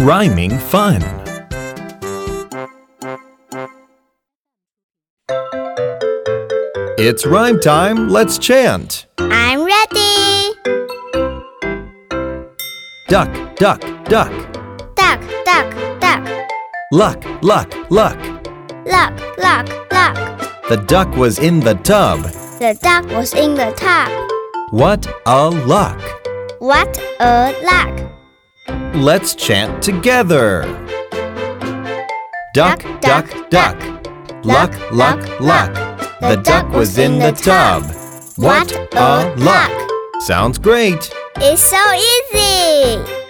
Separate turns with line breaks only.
Rhyming fun. It's rhyme time. Let's chant.
I'm ready.
Duck, duck, duck.
Duck, duck, duck.
Luck, luck, luck.
Lock, lock, lock.
The duck was in the tub.
The duck was in the tub.
What a luck.
What a luck.
Let's chant together. Duck, duck, duck. Luck, luck, luck. The duck was in the tub. What a luck. Sounds great.
It's so easy.